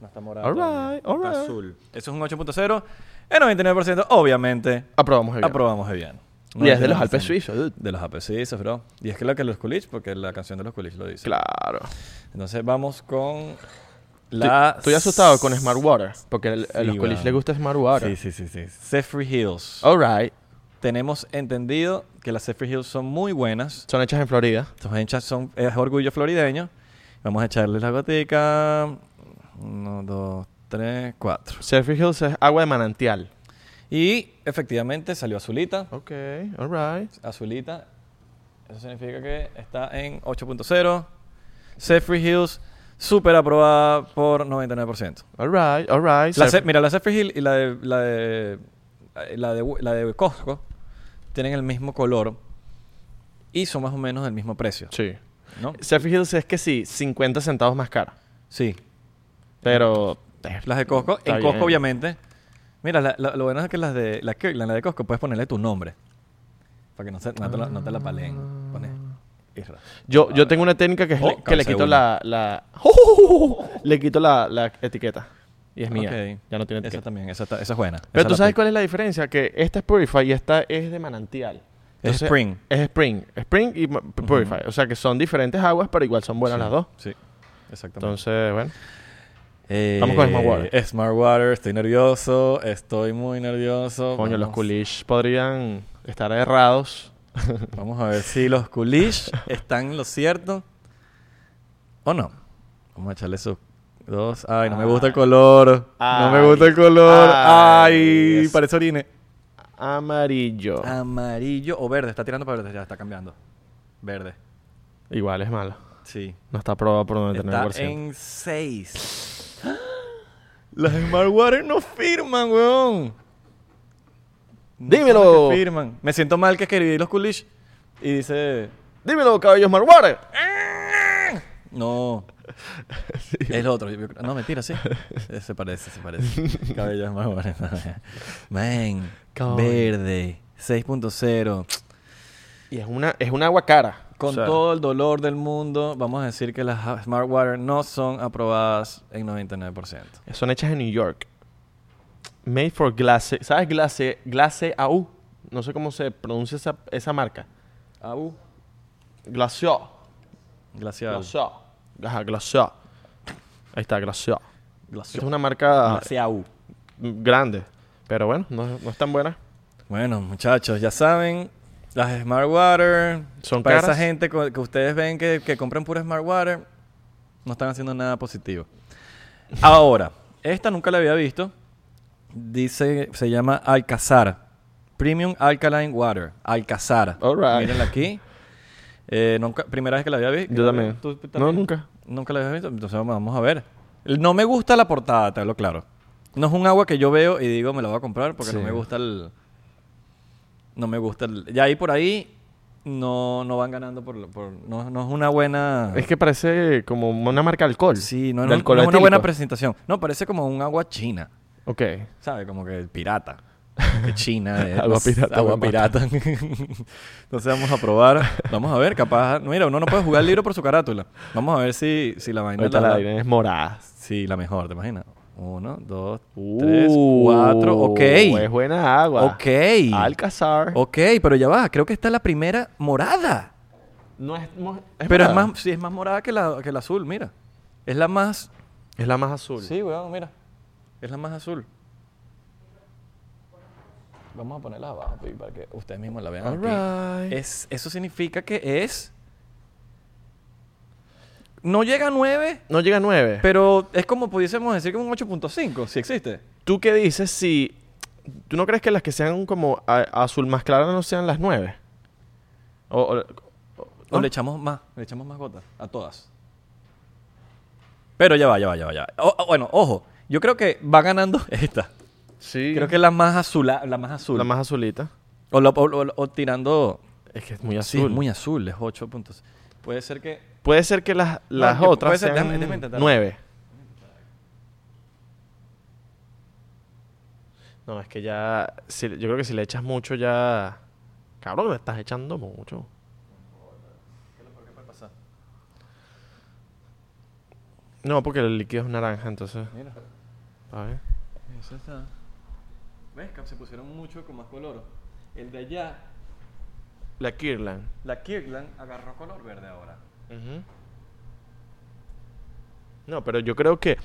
Speaker 2: No está morado.
Speaker 3: All
Speaker 2: todavía.
Speaker 3: right, all
Speaker 2: Está
Speaker 3: right.
Speaker 2: azul. Eso es un 8.0. El 99%, obviamente,
Speaker 3: Aprobamos Evian.
Speaker 2: aprobamos Evian.
Speaker 3: Y es de los
Speaker 2: 99%.
Speaker 3: Alpes suizos, dude.
Speaker 2: De los Alpes suizos, bro. Y es que lo que los coolish, porque la canción de los coolish lo dice.
Speaker 3: Claro.
Speaker 2: Entonces vamos con la...
Speaker 3: Estoy- Estoy asustado con Smart Water. Porque el- a
Speaker 2: Sí,
Speaker 3: los coolish
Speaker 2: weón.
Speaker 3: les gusta Smart Water.
Speaker 2: Sí, sí, sí, sí. Zephyr Hills.
Speaker 3: Alright.
Speaker 2: Tenemos entendido que las Zephyr Hills son muy buenas.
Speaker 3: Son hechas en Florida.
Speaker 2: Estos hinchas son es orgullo florideño. Vamos a echarles la gotica. Uno, dos, tres, cuatro.
Speaker 3: Surfing Hills es agua de manantial.
Speaker 2: Y efectivamente salió azulita.
Speaker 3: Ok, alright.
Speaker 2: Azulita. Eso significa que está en 8.0. Zephyr Hills, súper aprobada por 99%.
Speaker 3: Alright, alright.
Speaker 2: La
Speaker 3: Surf-
Speaker 2: Ce- mira, la Zephyr Hill y la de, la de la de la de Costco tienen el mismo color y son más o menos del mismo precio,
Speaker 3: Sí.
Speaker 2: ¿no?
Speaker 3: Surfing Hills es que sí, 50 centavos más cara.
Speaker 2: Sí,
Speaker 3: Pero.
Speaker 2: las de Costco,
Speaker 3: Está
Speaker 2: en Costco
Speaker 3: bien.
Speaker 2: obviamente. Mira, la- la- lo bueno es que las de la Kirkland, la de Costco puedes ponerle tu nombre para que no, se- no te, la, no te la paleen. Pones Isra.
Speaker 3: Yo, yo tengo una técnica que es
Speaker 2: Oh,
Speaker 3: le- que le
Speaker 2: calcé
Speaker 3: quito
Speaker 2: uno.
Speaker 3: la, la-
Speaker 2: Oh.
Speaker 3: Le quito la, la etiqueta. Y es mía.
Speaker 2: Ok.
Speaker 3: Ya no tiene
Speaker 2: Esa
Speaker 3: etiqueta.
Speaker 2: también, esa, está- esa es buena.
Speaker 3: Pero tú sabes cuál es la diferencia, que esta es Purify y esta es de manantial.
Speaker 2: Es Spring.
Speaker 3: Es Spring. Spring y ma- Purify. O sea que son diferentes aguas, pero igual son buenas las dos.
Speaker 2: Sí, exactamente.
Speaker 3: Entonces, bueno. Vamos con Smart Water.
Speaker 2: Eh, Smart Water, estoy nervioso, estoy muy nervioso.
Speaker 3: Coño, los
Speaker 2: Vamos-
Speaker 3: coolish podrían estar errados.
Speaker 2: Vamos a ver si los coolish están en lo cierto o no. Vamos a echarle esos dos. Ay, no me gusta el color. no me
Speaker 3: Ay.
Speaker 2: gusta el color.
Speaker 3: Ay,
Speaker 2: Ah. Ay,
Speaker 3: es-
Speaker 2: parece orine.
Speaker 3: Amarillo.
Speaker 2: Ah. Amarillo o verde. Está tirando para verde. Ya está cambiando. Verde.
Speaker 3: Igual es malo.
Speaker 2: Sí.
Speaker 3: No está aprobado por
Speaker 2: Está
Speaker 3: 99%.
Speaker 2: en 6. Las Smart Water no firman, weón. No son las
Speaker 3: Dímelo.
Speaker 2: que firman. Me siento mal que escribí los coolish y dice...
Speaker 3: Dímelo, caballos Marwater.
Speaker 2: Eh. No. El otro. yo creo- No, mentira, sí. Eh, Se parece, se parece. Cabello es más bueno. Man.
Speaker 3: Coño.
Speaker 2: Verde. 6.0.
Speaker 3: Y es una, es una agua cara.
Speaker 2: Con
Speaker 3: O sea,
Speaker 2: todo el dolor del mundo, vamos a decir que las ha- Smart Water no son aprobadas en 99%.
Speaker 3: Son hechas en New York. Made for Glace. ¿Sabes Glace? Glace AU. No sé cómo se pronuncia esa, esa marca.
Speaker 2: AU.
Speaker 3: Glacio.
Speaker 2: Glacial.
Speaker 3: Glacio. Ajá, Glacio. Ahí está, Glacio. Esta es
Speaker 2: Glacial.
Speaker 3: una marca
Speaker 2: Glacial.
Speaker 3: grande. Pero bueno, no, no es tan buena.
Speaker 2: Bueno, muchachos, ya saben, las Smart Water.
Speaker 3: ¿Son
Speaker 2: para
Speaker 3: caras?
Speaker 2: esa gente co- que ustedes ven que, que compran pura Smart Water, no están haciendo nada positivo. Ahora, esta nunca la había visto. Dice, se llama Alcazar. Premium Alkaline Water. Alcazar.
Speaker 3: All right.
Speaker 2: Mírenla aquí. Eh, nunca- primera vez que la había visto.
Speaker 3: Yo también. No, nunca.
Speaker 2: Nunca la había visto. Entonces vamos- vamos a ver. El- No me gusta la portada, te hablo claro. No es un agua que yo veo y digo me la voy a comprar porque no
Speaker 3: Sí.
Speaker 2: me gusta el. No me gusta el. Ya ahí por ahí no, no van ganando por. por- no, no es una buena.
Speaker 3: Es que parece como una marca de alcohol.
Speaker 2: Sí, no,
Speaker 3: De
Speaker 2: no-
Speaker 3: alcohol
Speaker 2: no es una
Speaker 3: etílico.
Speaker 2: buena presentación. No, parece como un agua china.
Speaker 3: Ok.
Speaker 2: ¿Sabes? Como que pirata. Que China. eh,
Speaker 3: Agua
Speaker 2: no sé,
Speaker 3: pirata,
Speaker 2: Agua
Speaker 3: agua
Speaker 2: pirata. Entonces vamos a probar. Vamos a ver, capaz. Mira, uno no puede jugar el libro por su carátula. Vamos a ver si, si la vaina.
Speaker 3: Ahorita
Speaker 2: la-
Speaker 3: la
Speaker 2: la-
Speaker 3: vaina es morada.
Speaker 2: Sí, la mejor, ¿te imaginas? Uno, dos, tres, cuatro.
Speaker 3: Uh,
Speaker 2: Ok.
Speaker 3: Es buena agua.
Speaker 2: Ok.
Speaker 3: Alcazar.
Speaker 2: Ok, pero ya va. Creo que esta es la primera morada.
Speaker 3: No es, mo-
Speaker 2: pero
Speaker 3: morada.
Speaker 2: es más, sí, es más morada que la, que la azul, mira. Es la más.
Speaker 3: Es la más azul.
Speaker 2: Sí, weón, mira. Es la más azul. Vamos a ponerla abajo pi, para que ustedes mismos la vean. aquí.
Speaker 3: Alright.
Speaker 2: Es, eso significa que es. No llega a 9,
Speaker 3: No llega a nueve.
Speaker 2: pero es como pudiésemos decir que un 8.5, si existe.
Speaker 3: ¿Tú qué dices si... ¿Tú no crees que las que sean como a- azul más clara no sean las nueve? O, o-
Speaker 2: O le echamos más, le echamos más gotas a todas. Pero ya va, ya va, ya va, ya va. O- o- bueno, ojo, yo creo que va ganando esta.
Speaker 3: sí.
Speaker 2: Creo que es la más azul, la más azul.
Speaker 3: la más azulita.
Speaker 2: o, lo- o lo- o tirando
Speaker 3: Es que es muy
Speaker 2: Sí, es
Speaker 3: azul.
Speaker 2: muy azul, es 8 puntos. Puede ser que.
Speaker 3: Puede ser que las, las
Speaker 2: yo- puede
Speaker 3: otras
Speaker 2: ser-
Speaker 3: sean
Speaker 2: déjame- déjame intentar.
Speaker 3: nueve. No, es que ya... si- yo creo que si le echas mucho ya... Cabrón, le estás echando mucho. No, porque el líquido es naranja, entonces...
Speaker 2: Mira,
Speaker 3: A ver.
Speaker 2: eso está. ¿Ves? Se pusieron mucho con más color. El de allá,
Speaker 3: La Kirlan.
Speaker 2: la Kirkland, agarró color verde ahora.
Speaker 3: No, pero yo creo que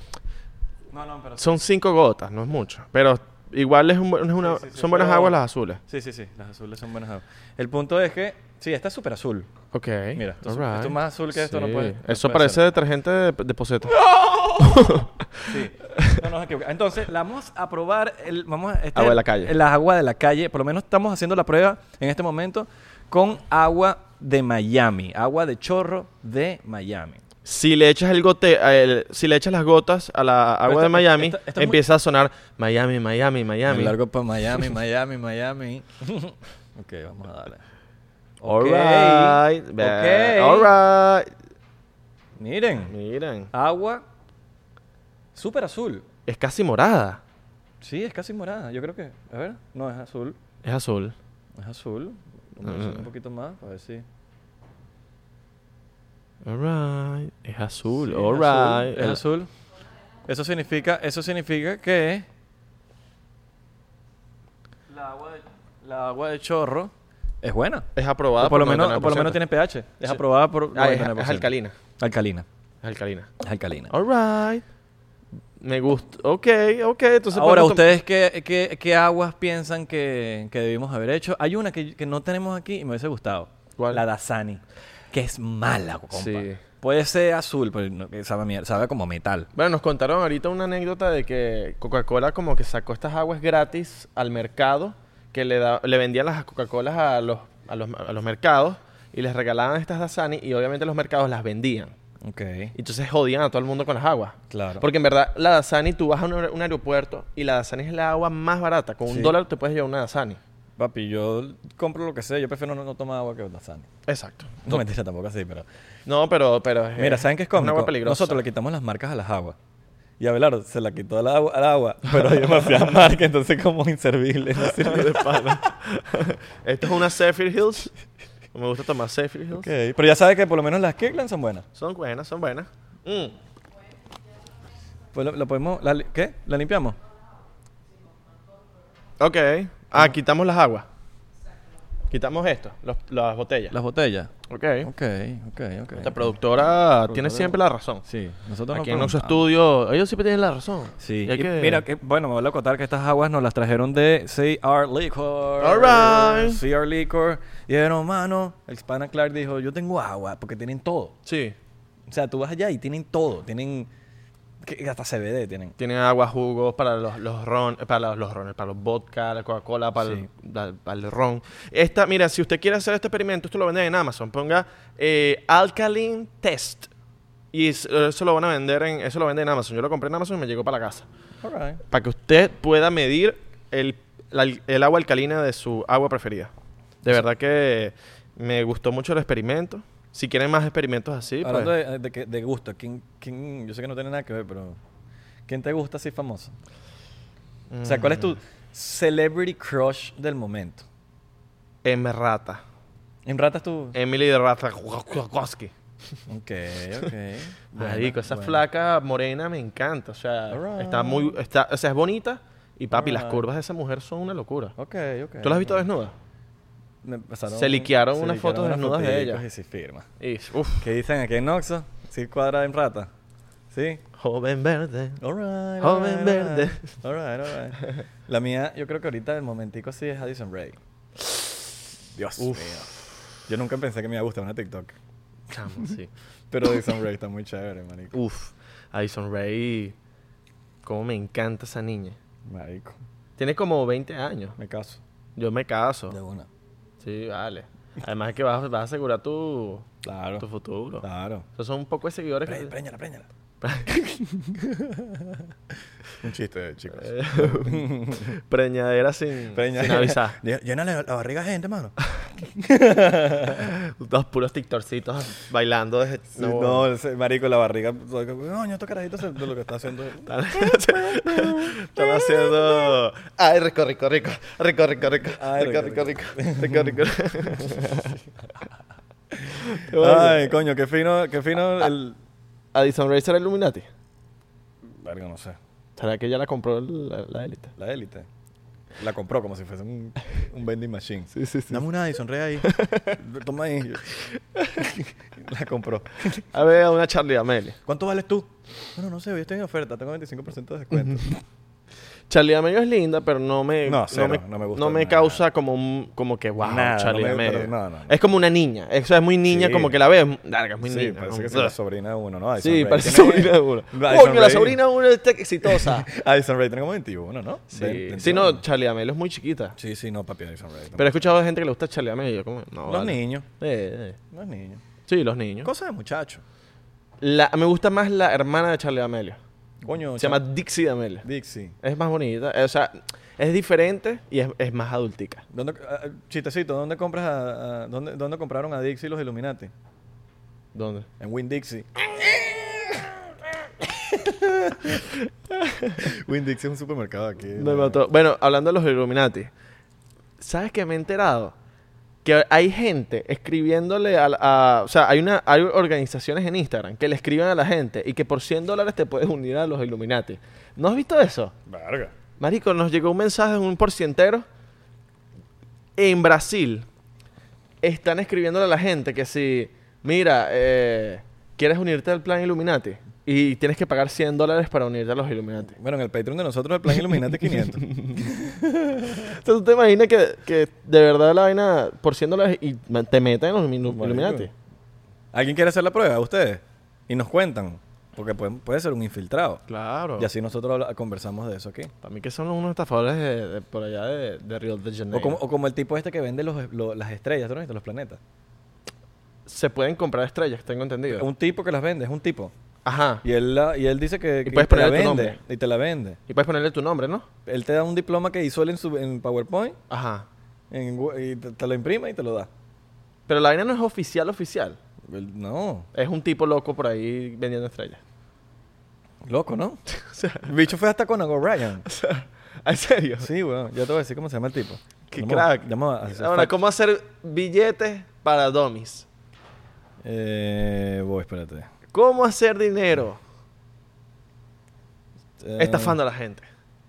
Speaker 2: No, no, pero.
Speaker 3: son cinco gotas, no es mucho. Pero igual es, un bu- es una,
Speaker 2: sí, sí,
Speaker 3: son buenas
Speaker 2: pero-
Speaker 3: aguas las azules.
Speaker 2: Sí, sí, sí, las azules son buenas. El punto es que. Sí, esta es súper azul.
Speaker 3: Ok.
Speaker 2: Mira, esto es- esto es más azul que esto, no puede- no
Speaker 3: Eso
Speaker 2: puede
Speaker 3: parece
Speaker 2: ser.
Speaker 3: detergente de, de poseta.
Speaker 2: Sí. No nos equivocamos. Entonces, la vamos a probar. El, vamos a, este-
Speaker 3: Agua de la calle.
Speaker 2: La agua de la calle. Por lo menos estamos haciendo la prueba en este momento con agua de Miami. Agua de chorro de Miami.
Speaker 3: Si le echas el gote, a el- si le echas las gotas a la agua
Speaker 2: esta-
Speaker 3: de Miami,
Speaker 2: esta- esta es
Speaker 3: empieza a sonar Miami, Miami, Miami.
Speaker 2: Me largo para Miami, Miami, Miami. ok, vamos a darle.
Speaker 3: All
Speaker 2: Ok,
Speaker 3: right, ve-
Speaker 2: ok.
Speaker 3: all right.
Speaker 2: Miren.
Speaker 3: Miren,
Speaker 2: Agua súper azul.
Speaker 3: es casi morada.
Speaker 2: Sí, es casi morada. Yo creo que. A ver, no es azul.
Speaker 3: Es azul.
Speaker 2: Es azul. Vamos a
Speaker 3: Mm.
Speaker 2: hacer un poquito más, a ver si.
Speaker 3: All right. Es azul.
Speaker 2: Sí,
Speaker 3: all
Speaker 2: es azul,
Speaker 3: right.
Speaker 2: Es
Speaker 3: El-
Speaker 2: azul. Eso significa, eso significa que la agua de, la agua de chorro es buena.
Speaker 3: Es aprobada
Speaker 2: O por, lo menos,
Speaker 3: 99%.
Speaker 2: o por lo menos tiene pH. Es
Speaker 3: Sí.
Speaker 2: aprobada por
Speaker 3: Ah, es,
Speaker 2: 99%.
Speaker 3: es alcalina.
Speaker 2: Alcalina.
Speaker 3: Es alcalina.
Speaker 2: Es alcalina.
Speaker 3: All right. Me gusta. Ok, ok. Entonces
Speaker 2: Ahora,
Speaker 3: podemos tom-
Speaker 2: ¿ustedes qué, qué- qué aguas piensan que, que debimos haber hecho? Hay una que, que no tenemos aquí y me hubiese gustado.
Speaker 3: ¿Cuál?
Speaker 2: La Dasani. Que es mala, compa.
Speaker 3: Sí.
Speaker 2: Puede ser azul, pero no- que sabe, a mier- sabe como metal.
Speaker 3: Bueno, nos contaron ahorita una anécdota de que Coca-Cola como que sacó estas aguas gratis al mercado, que le, da- le vendían las Coca-Colas a los, a, los, a los mercados y les regalaban estas Dasani y obviamente los mercados las vendían.
Speaker 2: Ok.
Speaker 3: Y Entonces jodían a todo el mundo con las aguas.
Speaker 2: Claro.
Speaker 3: Porque en verdad la Dasani, tú vas a un, aer- un aeropuerto y la Dasani es la agua más barata. Con
Speaker 2: Sí.
Speaker 3: un dólar te puedes llevar una Dasani.
Speaker 2: Papi, yo compro lo que sea. Yo prefiero no, no tomar agua que Dasani.
Speaker 3: Exacto.
Speaker 2: No mentira tampoco así, pero...
Speaker 3: No, pero... pero es-
Speaker 2: Mira, ¿saben qué es
Speaker 3: Eh, Una
Speaker 2: cómico?
Speaker 3: agua peligrosa.
Speaker 2: Nosotros le quitamos las marcas a las aguas. Y Abelardo se la quitó al agua, al agua pero hay demasiadas marcas, entonces como inservible. No sirve de pana.
Speaker 3: Esto es una Zephyr Hills. No me gusta tomar Zephyr Hills.
Speaker 2: Ok, Pero ya sabes que por lo menos las Kirkland son buenas.
Speaker 3: Son buenas, son buenas. Mm.
Speaker 2: Pues lo, lo podemos... la li- ¿Qué? ¿La limpiamos?
Speaker 3: Ok. Ah, quitamos las aguas. Quitamos esto, los- las botellas.
Speaker 2: Las botellas.
Speaker 3: Ok.
Speaker 2: Ok, ok, ok.
Speaker 3: Esta productora tiene siempre la razón.
Speaker 2: Sí, nosotros
Speaker 3: Este Aquí
Speaker 2: no
Speaker 3: en nuestro
Speaker 2: preguntamos.
Speaker 3: estudio, ellos siempre tienen la razón.
Speaker 2: Sí,
Speaker 3: Y hay
Speaker 2: y
Speaker 3: que-
Speaker 2: mira, que, bueno, me voy a contar que estas aguas nos las trajeron de CR Liquor.
Speaker 3: All right.
Speaker 2: CR Liquor. Y dijeron, mano, el Hispana Clark dijo, yo tengo agua, porque tienen todo.
Speaker 3: Sí.
Speaker 2: O sea, tú vas allá y tienen todo. Tienen Que hasta CBD tienen.
Speaker 3: Tienen agua, jugos para los, los ron, eh, para los, los rones, para los vodka, la Coca-Cola, para, el-
Speaker 2: Sí.
Speaker 3: la- para el ron. Esta, mira, si usted quiere hacer este experimento, esto lo venden en Amazon. Ponga eh, Alkaline Test. Y es- eso lo van a vender en, eso lo venden en Amazon. Yo lo compré en Amazon y me llegó para la casa.
Speaker 2: All right.
Speaker 3: Para que usted pueda medir el, la- el agua alcalina de su agua preferida. De verdad que me gustó mucho el experimento. Si quieren más experimentos así, pues,
Speaker 2: Hablando de, de, que- de gusto, ¿quién, quién, yo sé que no tiene nada que ver, pero ¿quién te gusta así famoso? O sea, ¿cuál es tu celebrity crush del momento?
Speaker 3: M. Rata.
Speaker 2: En ratas tú.
Speaker 3: Emily de Rata Kwiatkowski.
Speaker 2: Ok, ok. Bueno,
Speaker 3: Marico, esa
Speaker 2: bueno.
Speaker 3: flaca morena me encanta. O sea,
Speaker 2: Alright.
Speaker 3: está muy. Está, o sea, es bonita. Y papi, las
Speaker 2: Alright.
Speaker 3: curvas de esa mujer son una locura.
Speaker 2: Ok, ok.
Speaker 3: ¿Tú la has visto desnuda?
Speaker 2: Me pasaron-
Speaker 3: Se liquearon unas fotos
Speaker 2: unas
Speaker 3: desnudas de
Speaker 2: foticos
Speaker 3: ella.
Speaker 2: Y sí firma.
Speaker 3: Y, uff,
Speaker 2: ¿Qué dicen aquí en Oxxo? ¿Sí cuadra en rata? ¿Sí?
Speaker 3: joven verde.
Speaker 2: All right, all
Speaker 3: Joven
Speaker 2: right, all
Speaker 3: verde.
Speaker 2: right. All right, all right. La mía, yo creo que ahorita el momentico sí es Addison Ray. Dios mío. Yo nunca pensé que me iba a gustar una TikTok.
Speaker 3: Chamo, sí.
Speaker 2: Pero Addison Ray está muy chévere, marico.
Speaker 3: Uf, Addison Ray. Cómo me encanta esa niña.
Speaker 2: Marico.
Speaker 3: Tiene como 20 años.
Speaker 2: Me caso.
Speaker 3: Yo me
Speaker 2: De
Speaker 3: caso.
Speaker 2: una.
Speaker 3: Sí, vale. Además que vas, vas a asegurar tu,
Speaker 2: Claro.
Speaker 3: tu futuro.
Speaker 2: Claro.
Speaker 3: Esos son un poco de seguidores.
Speaker 2: Pre-
Speaker 3: que-
Speaker 2: Préñala, préñala. Un chiste, chicos.
Speaker 3: Preñadera sin, Eh, sin avisar.
Speaker 2: Lle- Llénale la- la barriga a gente, mano.
Speaker 3: Dos puros tiktorcitos bailando desde...
Speaker 2: Sí, No, ese marico, la barriga. Coño, estos carajitos se- de lo que está haciendo.
Speaker 3: Están, están haciendo... Ay, rico, rico, rico. Rico, rico, rico.
Speaker 2: Ay,
Speaker 3: rico, rico,
Speaker 2: rico,
Speaker 3: rico. Rico, rico. Qué bueno.
Speaker 2: Ay, coño, qué fino, qué fino el.
Speaker 3: Addison Ray será Illuminati.
Speaker 2: Verga, no sé.
Speaker 3: ¿Será que ya la compró la la élite?
Speaker 2: La élite. La compró como si fuese un, un vending machine.
Speaker 3: Sí, sí, sí.
Speaker 2: Dame una Addison sonríe ahí. Toma ahí. La compró.
Speaker 3: A ver, una Charlie Amelia.
Speaker 2: ¿Cuánto vales tú? Bueno, no sé, hoy estoy en oferta, tengo 25% de descuento.
Speaker 3: Charlie D'Amelio es linda, pero no me,
Speaker 2: No, cero,
Speaker 3: me,
Speaker 2: no me gusta
Speaker 3: no me
Speaker 2: nada.
Speaker 3: causa como un, como que wow,
Speaker 2: Nada,
Speaker 3: Charlie
Speaker 2: no me-
Speaker 3: D'Amelio.
Speaker 2: pero no, no, no.
Speaker 3: Es como una niña, o sea, es muy niña,
Speaker 2: Sí.
Speaker 3: como que la ves, larga, es muy
Speaker 2: sí,
Speaker 3: niña.
Speaker 2: parece
Speaker 3: ¿no?
Speaker 2: que es la sobrina de uno, ¿no? Addison
Speaker 3: Sí,
Speaker 2: Rae
Speaker 3: parece
Speaker 2: tiene-
Speaker 3: sobrina de uno.
Speaker 2: Addison
Speaker 3: Coño, la
Speaker 2: Rae-
Speaker 3: sobrina de uno está exitosa.
Speaker 2: Addison Ray tiene como 21, ¿no?
Speaker 3: sí.
Speaker 2: Ve-
Speaker 3: sí, no,
Speaker 2: 21.
Speaker 3: Charlie D'Amelio es muy chiquita.
Speaker 2: Sí, sí, no, papi, Addison Ray.
Speaker 3: Pero he escuchado de gente que le gusta Charlie D'Amelio. Como, no,
Speaker 2: Los
Speaker 3: vale.
Speaker 2: niños.
Speaker 3: Eh, eh.
Speaker 2: No es niño.
Speaker 3: Sí, los niños.
Speaker 2: Cosa de muchacho.
Speaker 3: La- me gusta más la hermana de Charlie D'Amelio.
Speaker 2: Coño,
Speaker 3: Se llama Dixie D'Amelio.
Speaker 2: Dixie.
Speaker 3: Es más bonita, eh, o sea, es diferente y es, es más adultica.
Speaker 2: ¿Dónde, ah, ah, chistecito, ¿dónde compras a, a- dónde, dónde compraron a Dixie los Illuminati?
Speaker 3: ¿Dónde?
Speaker 2: En Win Dixie. Win Dixie es un supermercado aquí.
Speaker 3: Me mató. Bueno, hablando de los Illuminati, ¿sabes qué me he enterado? Que hay gente escribiéndole a, la- a- O sea, hay, una, hay organizaciones en Instagram que le escriben a la gente y que por 100 dólares te puedes unir a los Illuminati. ¿No has visto eso?
Speaker 2: Verga.
Speaker 3: Marico, nos llegó un mensaje de un porcientero. En Brasil están escribiéndole a la gente que si, mira, eh, quieres unirte al plan Illuminati y tienes que pagar 100 dólares para unirte a los Illuminati.
Speaker 2: Bueno, en el Patreon de nosotros el plan Illuminati 500.
Speaker 3: Entonces, ¿tú te imaginas que, que de verdad la vaina por 100 dólares y ma- te meten en los Illu-
Speaker 2: Marico.
Speaker 3: Illuminati?
Speaker 2: ¿Alguien quiere hacer la prueba? ¿Ustedes? Y nos cuentan. Porque pueden- puede ser un infiltrado.
Speaker 3: Claro.
Speaker 2: Y así nosotros habla- conversamos de eso aquí.
Speaker 3: Para mí que son unos estafadores de, de por allá de, de Rio de Janeiro.
Speaker 2: O como, o como el tipo este que vende los, lo- las estrellas, ¿tú no has visto? Los planetas.
Speaker 3: Se pueden comprar estrellas, tengo entendido.
Speaker 2: Un tipo que las vende, es un tipo.
Speaker 3: Ajá.
Speaker 2: Y él, la- y él dice que, que
Speaker 3: puedes
Speaker 2: te la
Speaker 3: ponerle tu
Speaker 2: vende.
Speaker 3: nombre.
Speaker 2: Y te la vende.
Speaker 3: Y puedes ponerle tu nombre, ¿no?
Speaker 2: Él te da un diploma que hizo él en, su, en PowerPoint
Speaker 3: Ajá.
Speaker 2: en Wo- y te, te lo imprime y te lo da.
Speaker 3: Pero la vaina no es oficial, oficial.
Speaker 2: Él, no,
Speaker 3: Es un tipo loco por ahí vendiendo estrellas.
Speaker 2: loco, ¿no? el bicho fue hasta con Ryan.
Speaker 3: ¿En serio?
Speaker 2: Sí, weón. Ya te voy a decir cómo se llama el tipo.
Speaker 3: ¡Qué
Speaker 2: Vamos a-
Speaker 3: crack!
Speaker 2: vamos a hacer
Speaker 3: Ahora,
Speaker 2: fact-
Speaker 3: ¿cómo hacer billetes para dummies?
Speaker 2: Eh, voy, espérate.
Speaker 3: ¿Cómo hacer dinero
Speaker 2: Eh,
Speaker 3: estafando a la gente?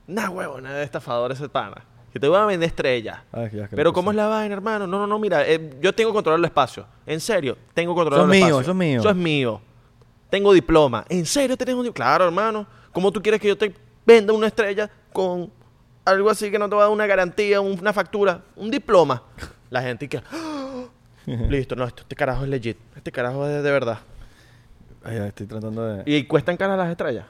Speaker 3: Nah, huevo, nada de estafador ese pana. Que te voy a vender estrellas.
Speaker 2: Ay, ya, Ah, que
Speaker 3: Pero
Speaker 2: no
Speaker 3: ¿cómo
Speaker 2: sé.
Speaker 3: es la vaina, hermano? No, no, no, mira, eh, yo tengo controlado el espacio. En serio, tengo controlado
Speaker 2: Eso
Speaker 3: el
Speaker 2: es mío,
Speaker 3: espacio.
Speaker 2: eso es mío.
Speaker 3: Eso es mío. Tengo diploma. ¿En serio tenés un diploma? Claro, hermano. ¿Cómo tú quieres que yo te venda una estrella con algo así que no te va a dar una garantía, un- una factura, un diploma? La gente y que... ¡ah! Listo, no, esto- este carajo es legit. Este carajo es de, de verdad.
Speaker 2: Ay, ya, estoy tratando de.
Speaker 3: ¿Y cuestan caras las estrellas?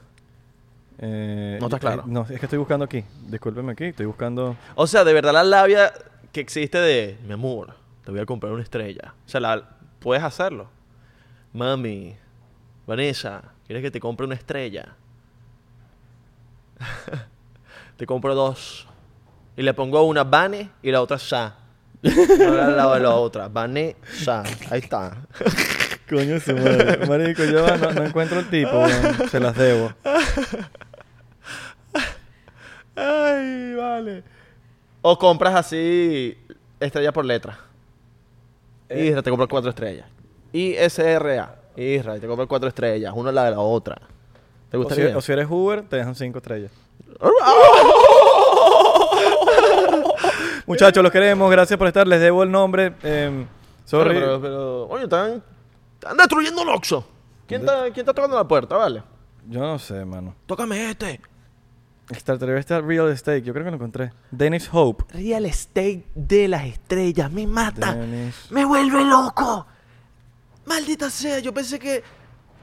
Speaker 2: Eh,
Speaker 3: No está claro.
Speaker 2: eh, no, es que estoy buscando aquí. Discúlpeme aquí, estoy buscando.
Speaker 3: O sea, de verdad la labia que existe de, mi amor, te voy a comprar una estrella. O sea, la, puedes hacerlo. Mami, Vanessa, ¿quieres que te compre una estrella? te compro dos. Y le pongo una Vane y la otra Sa. Una al lado de la otra. Vane, Sa. Ahí está.
Speaker 2: Coño, su madre. Marico, yo no, no encuentro el tipo, weón. se las debo.
Speaker 3: Ay, vale. O compras así estrella por letra.
Speaker 2: Eh.
Speaker 3: Isra, te compras cuatro estrellas. ISRA. Isra, te compras cuatro estrellas. Una la de la otra. ¿Te
Speaker 2: O si,
Speaker 3: gustaría?
Speaker 2: o si eres Uber, te dejan cinco estrellas.
Speaker 3: ¡Ah!
Speaker 2: Muchachos, los queremos. Gracias por estar. Les debo el nombre. Eh,
Speaker 3: Pero,
Speaker 2: sorry.
Speaker 3: pero- pero- oye, están, están destruyendo el Oxxo. ¿Quién está, ¿Quién está tocando la puerta? Vale.
Speaker 2: Yo no sé, mano.
Speaker 3: Tócame este.
Speaker 2: Extraterrestre Real Estate. Yo creo que lo encontré. Dennis Hope.
Speaker 3: Real estate de las estrellas. Me mata.
Speaker 2: Dennis.
Speaker 3: Me vuelve loco. Maldita sea, yo pensé que...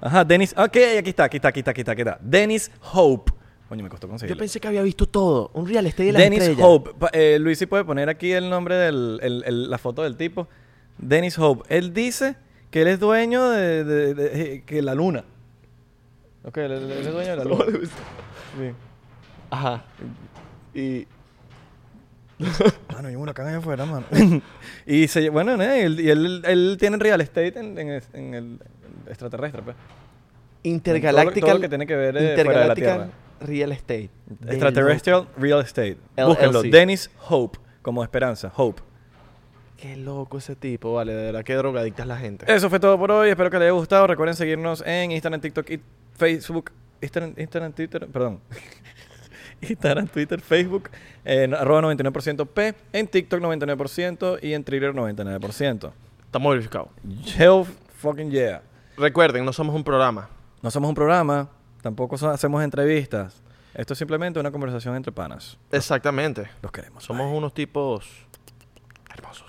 Speaker 2: Ajá, Dennis. Ah, Ok, aquí está, aquí está, aquí está, aquí está. Aquí está. Dennis Hope. Coño, me costó
Speaker 3: Yo
Speaker 2: conseguirlo.
Speaker 3: pensé que había visto todo. Un real estate de las
Speaker 2: Dennis
Speaker 3: estrellas.
Speaker 2: Hope. Pa- Eh, Luis, si puede poner aquí el nombre del, el- el- la foto del tipo. Dennis Hope. Él dice que él es dueño de, de- de- que la luna. Ok, él, él- él es dueño de la luna. Bien.
Speaker 3: Ajá. Y.
Speaker 2: Mano, hay uno acá allá afuera, mano. y se, lle- bueno, ¿no? y él, y él- él tiene real estate en, en es- en el extraterrestre, pues.
Speaker 3: Intergalactical.
Speaker 2: todo lo que tiene que ver, eh, fuera de la
Speaker 3: Intergalactical Real estate.
Speaker 2: Extraterrestrial Real Estate.
Speaker 3: LLC.
Speaker 2: Búsquenlo. Dennis Hope, como esperanza. Hope.
Speaker 3: Qué loco ese tipo, vale. De verdad, qué drogadicta es la gente.
Speaker 2: Eso fue todo por hoy. Espero que les haya gustado. Recuerden seguirnos en Instagram, TikTok y Facebook. Instagram, Instagram Twitter, perdón. Instagram, Twitter, Facebook, eh, no- arroba 99% P, en TikTok 99% y en Twitter 99%.
Speaker 3: Estamos verificados.
Speaker 2: Hell fucking yeah.
Speaker 3: Recuerden, no somos un programa.
Speaker 2: No somos un programa, tampoco so- hacemos entrevistas. Esto es simplemente una conversación entre panas.
Speaker 3: Exactamente.
Speaker 2: Los queremos.
Speaker 3: Somos unos tipos. hermosos.